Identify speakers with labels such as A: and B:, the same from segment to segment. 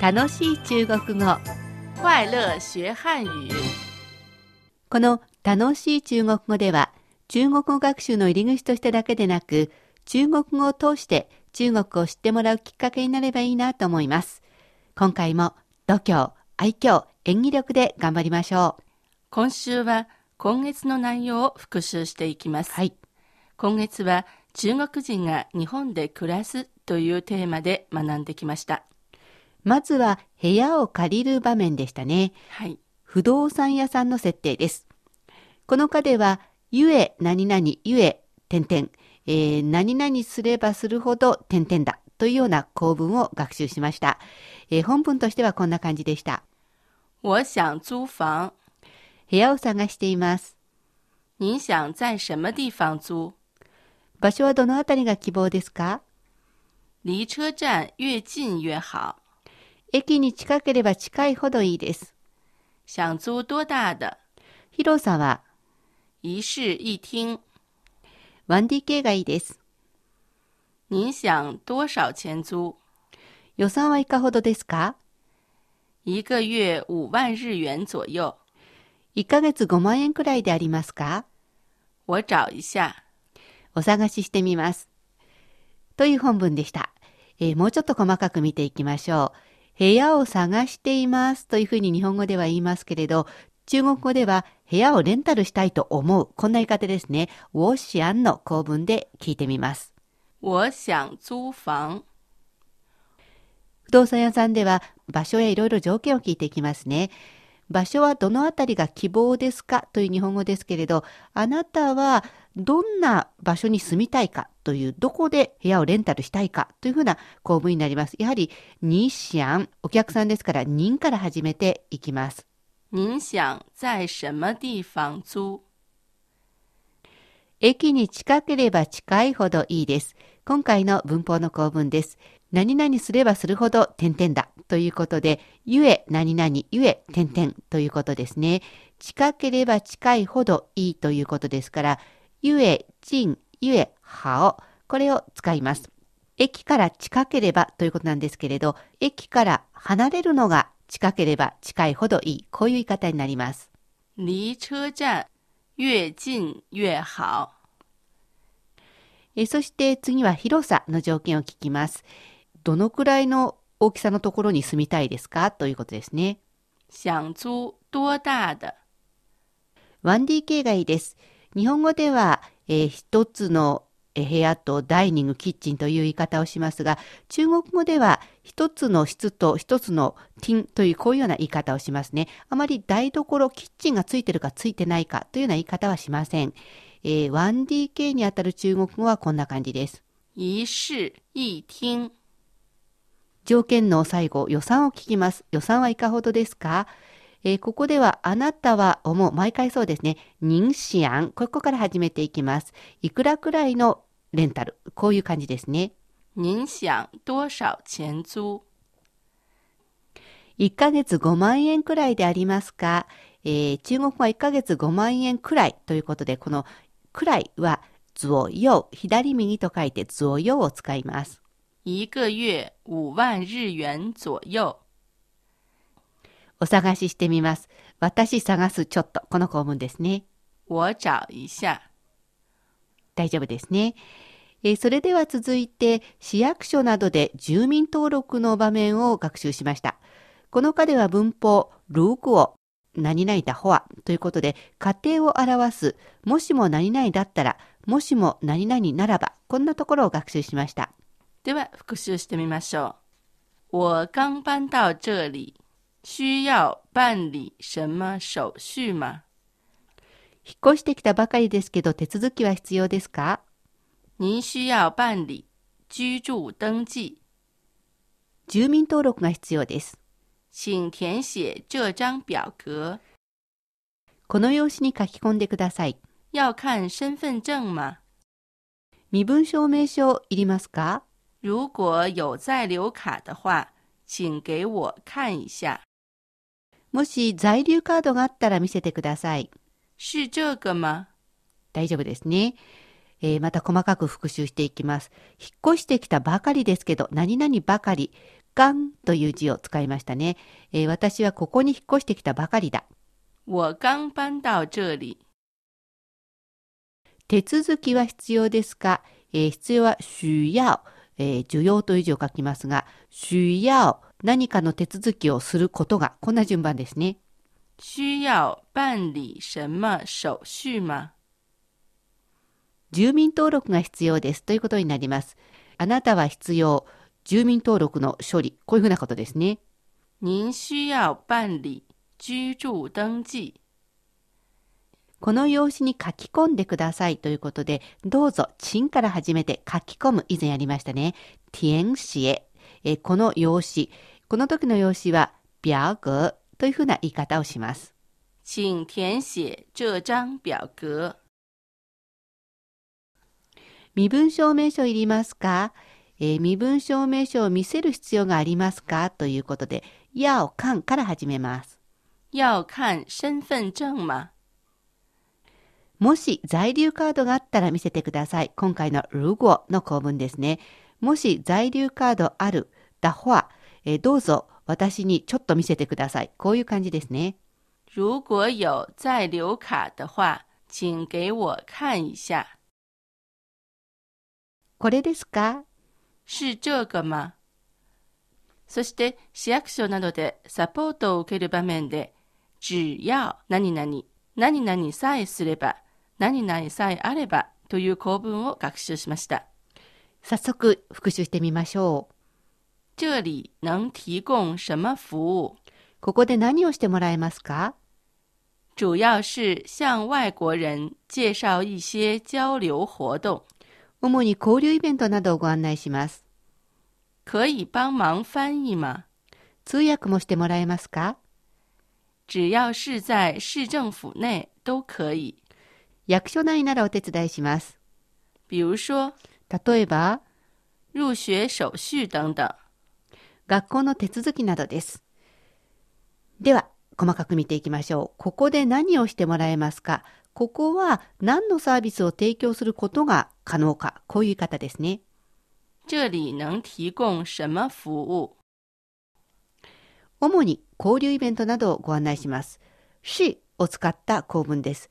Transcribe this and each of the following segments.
A: 楽しい中国語
B: 快乐学汉语。
A: この楽しい中国語では中国語学習の入り口としてだけでなく中国語を通して中国を知ってもらうきっかけになればいいなと思います今回も度胸愛嬌演技力で頑張りましょう
B: 今週は今月の内容を復習していきます。
A: はい
B: 今月は中国人が日本で暮らすというテーマで学んできました。
A: まずは部屋を借りる場面でしたね
B: はい。
A: 不動産屋さんの設定です。この課では、ゆえ、何々、ゆえ、点々、えー何々すればするほど、点々だ、というような構文を学習しました。えー本文としてはこんな感じでした。
B: 我想租房。
A: 部屋を探しています。
B: 您想在什么地方租？
A: 場所はどのあたりが希望ですか
B: 离车站越近越好。
A: 駅に近ければ近いほどいいです。
B: 想租多大的？
A: 広さは
B: 一室一厅。
A: 1DK がいいです。
B: 您想多少钱租？
A: 予算はいかほどですか
B: 一个月五万日元左右。
A: 1ヶ月5万円くらいでありますか
B: 我找一下。
A: お探ししてみます。という本文でした。えーもうちょっと細かく見ていきましょう。部屋を探していますというふうに日本語では言いますけれど、中国語では部屋をレンタルしたいと思う。こんな言い方ですね。ウォシアンの構文で聞いてみます。
B: 我想租房。
A: 不動産屋さんでは場所やいろいろ条件を聞いていきますね。場所はどのあたりが希望ですかという日本語ですけれど、あなたはどんな場所に住みたいかという、どこで部屋をレンタルしたいかというふうな構文になります。やはり、にしゃん、お客さんですから、人から始めていきます。
B: 您想在什么地方租？
A: 駅に近ければ近いほどいいです。今回の文法の構文です。何々すればするほど点々だということで、ゆえ何々ゆえ点々ということですね。近ければ近いほどいいということですから、ゆえ、ちん、ゆえ、はお、これを使います。駅から近ければということなんですけれど、駅から離れるのが近ければ近いほどいい。こういう言い方になります。
B: 离车站越近越好。
A: えーそして次は広さの条件を聞きます。どのくらいの大きさのところに住みたいですかということですね。
B: 想租多大的？
A: 1DK がいいです。日本語では、えー一つのえー部屋とダイニング、キッチンという言い方をしますが、中国語では一つの室と一つのティンというこういうような言い方をしますね。あまり台所、キッチンがついてるかついてないかというような言い方はしません。えー 1DK にあたる中国語はこんな感じです。
B: 一室一厅。
A: 条件の最後、予算を聞きます。予算はいかほどですか、えーここでは、あなたは思う。毎回そうですね。人思案。ここから始めていきます。いくらくらいのレンタル。こういう感じですね。
B: 您想多少钱租？
A: 1ヶ月5万円くらいでありますか、えー中国語は1ヶ月5万円くらいということで、このくらいは、図を用、左右と書いて図を用を使います。
B: 一个月五万日元左右。
A: お探ししてみます。私探すちょっと。この項文ですね。
B: 我找一下。
A: 大丈夫ですね。えーそれでは続いて市役所などで住民登録の場面を学習しました。この課では文法、ルークを何々だほはということで家庭を表すもしも何々だったらもしも何々ならばこんなところを学習しました。
B: では復習してみましょう。我刚搬到这里，需要办理什么手续吗？
A: 引っ越してきたばかりですけど手続きは必要ですか
B: 您需要办理居住登记，
A: 住民登録が必要です。
B: 请填写这张表格。
A: この用紙に書き込んでください。
B: 要看身份证吗？
A: 身分証明書いりますか
B: 如果有在留卡的话，请给我看一下，
A: もし在留カードがあったら見せてください。
B: 是这个吗？
A: 大丈夫ですね。えーまた細かく復習していきます。引っ越してきたばかりですけど、何々ばかり。刚という字を使いましたね、えー私はここに引っ越してきたばかりだ。
B: 我刚搬到这里。
A: 手続きは必要ですか、えー必要は需要、えー需要という字を書きますが、需要、何かの手続きをすることが、こんな順番ですね。
B: 需要办理什么手续吗？
A: 住民登録が必要ですということになります。あなたは必要、住民登録の処理、こういうふうなことですね。
B: 您需要办理居住登记。
A: この用紙に書き込んでくださいということで、どうぞ、チンから始めて書き込む、以前やりましたね。填写へ。えーこの用紙。この時の用紙は、表格というふうな言い方をします。
B: 请填写这张表格。
A: 身分証明書いりますか、えー身分証明書を見せる必要がありますかということで、やをかんから始めます。
B: 要看身份证吗？
A: もし在留カードがあったら見せてください。今回のルゴの構文ですね。もし在留カードある、だほわ、えーどうぞ私にちょっと見せてください。こういう感じですね。
B: 如果有在留卡的话，请给我看一下。
A: これですか
B: 是这个吗？そして市役所などでサポートを受ける場面で、只要何々、何々さえすれば、何々さえあればという構文を学習しました。
A: 早速復習してみましょう。
B: 这里能提供什么服务？
A: ここで何をしてもらえますか
B: 主要是向外国人介绍一些交流活动，
A: 主に交流イベントなどをご案内します。
B: 可以帮忙翻译吗？
A: 通訳もしてもらえますか
B: 只要是在市政府内都可以。
A: 役所内ならお手伝いします。
B: 比如说
A: 例えば、
B: 入学手续等等。
A: 学校の手続きなどです。では、細かく見ていきましょう。ここで何をしてもらえますかここは何のサービスを提供することが可能かこういう言い方ですね。
B: 这里能提供什么服务？
A: 主に交流イベントなどをご案内します。しを使った構文です。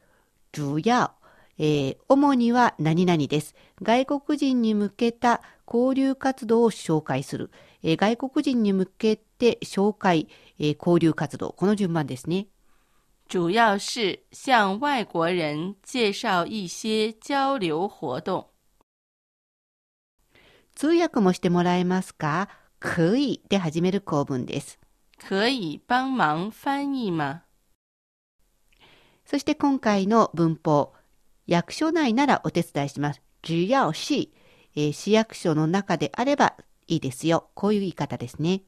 A: 主要、えー主には何々です。外国人に向けた交流活動を紹介する。えー外国人に向けて紹介、えー交流活動。この順番ですね。
B: 主要是向外国人介绍一些交流活动。
A: 通訳もしてもらえますか可以で始める構文です。
B: 可以帮忙翻译吗？
A: そして今回の文法。役所内ならお手伝いします。只要是、えー市役所の中であればいいですよ。こういう言い方ですね。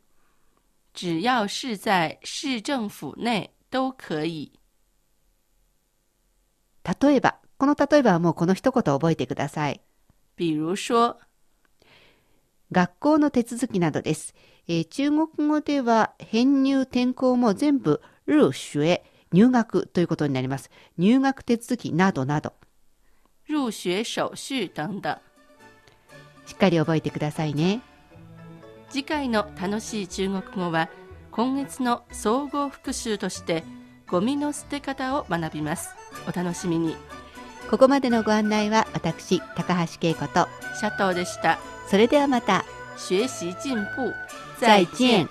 B: 只要是在市政府内都可以。
A: 例えば、この例えばはもうこの一言覚えてください。
B: 比如说，
A: 学校の手続きなどです。えー中国語では編入転校も全部入学、入学ということになります。入学手続きなどなど。
B: 入学手续等等。
A: しっかり覚えてくださいね。
B: 次回の楽しい中国語は今月の総合復習としてゴミの捨て方を学びます。お楽しみに。
A: ここまでのご案内は私、高橋恵子と、
B: シャトーでした。
A: それではまた、
B: 学习进步，
A: 再见。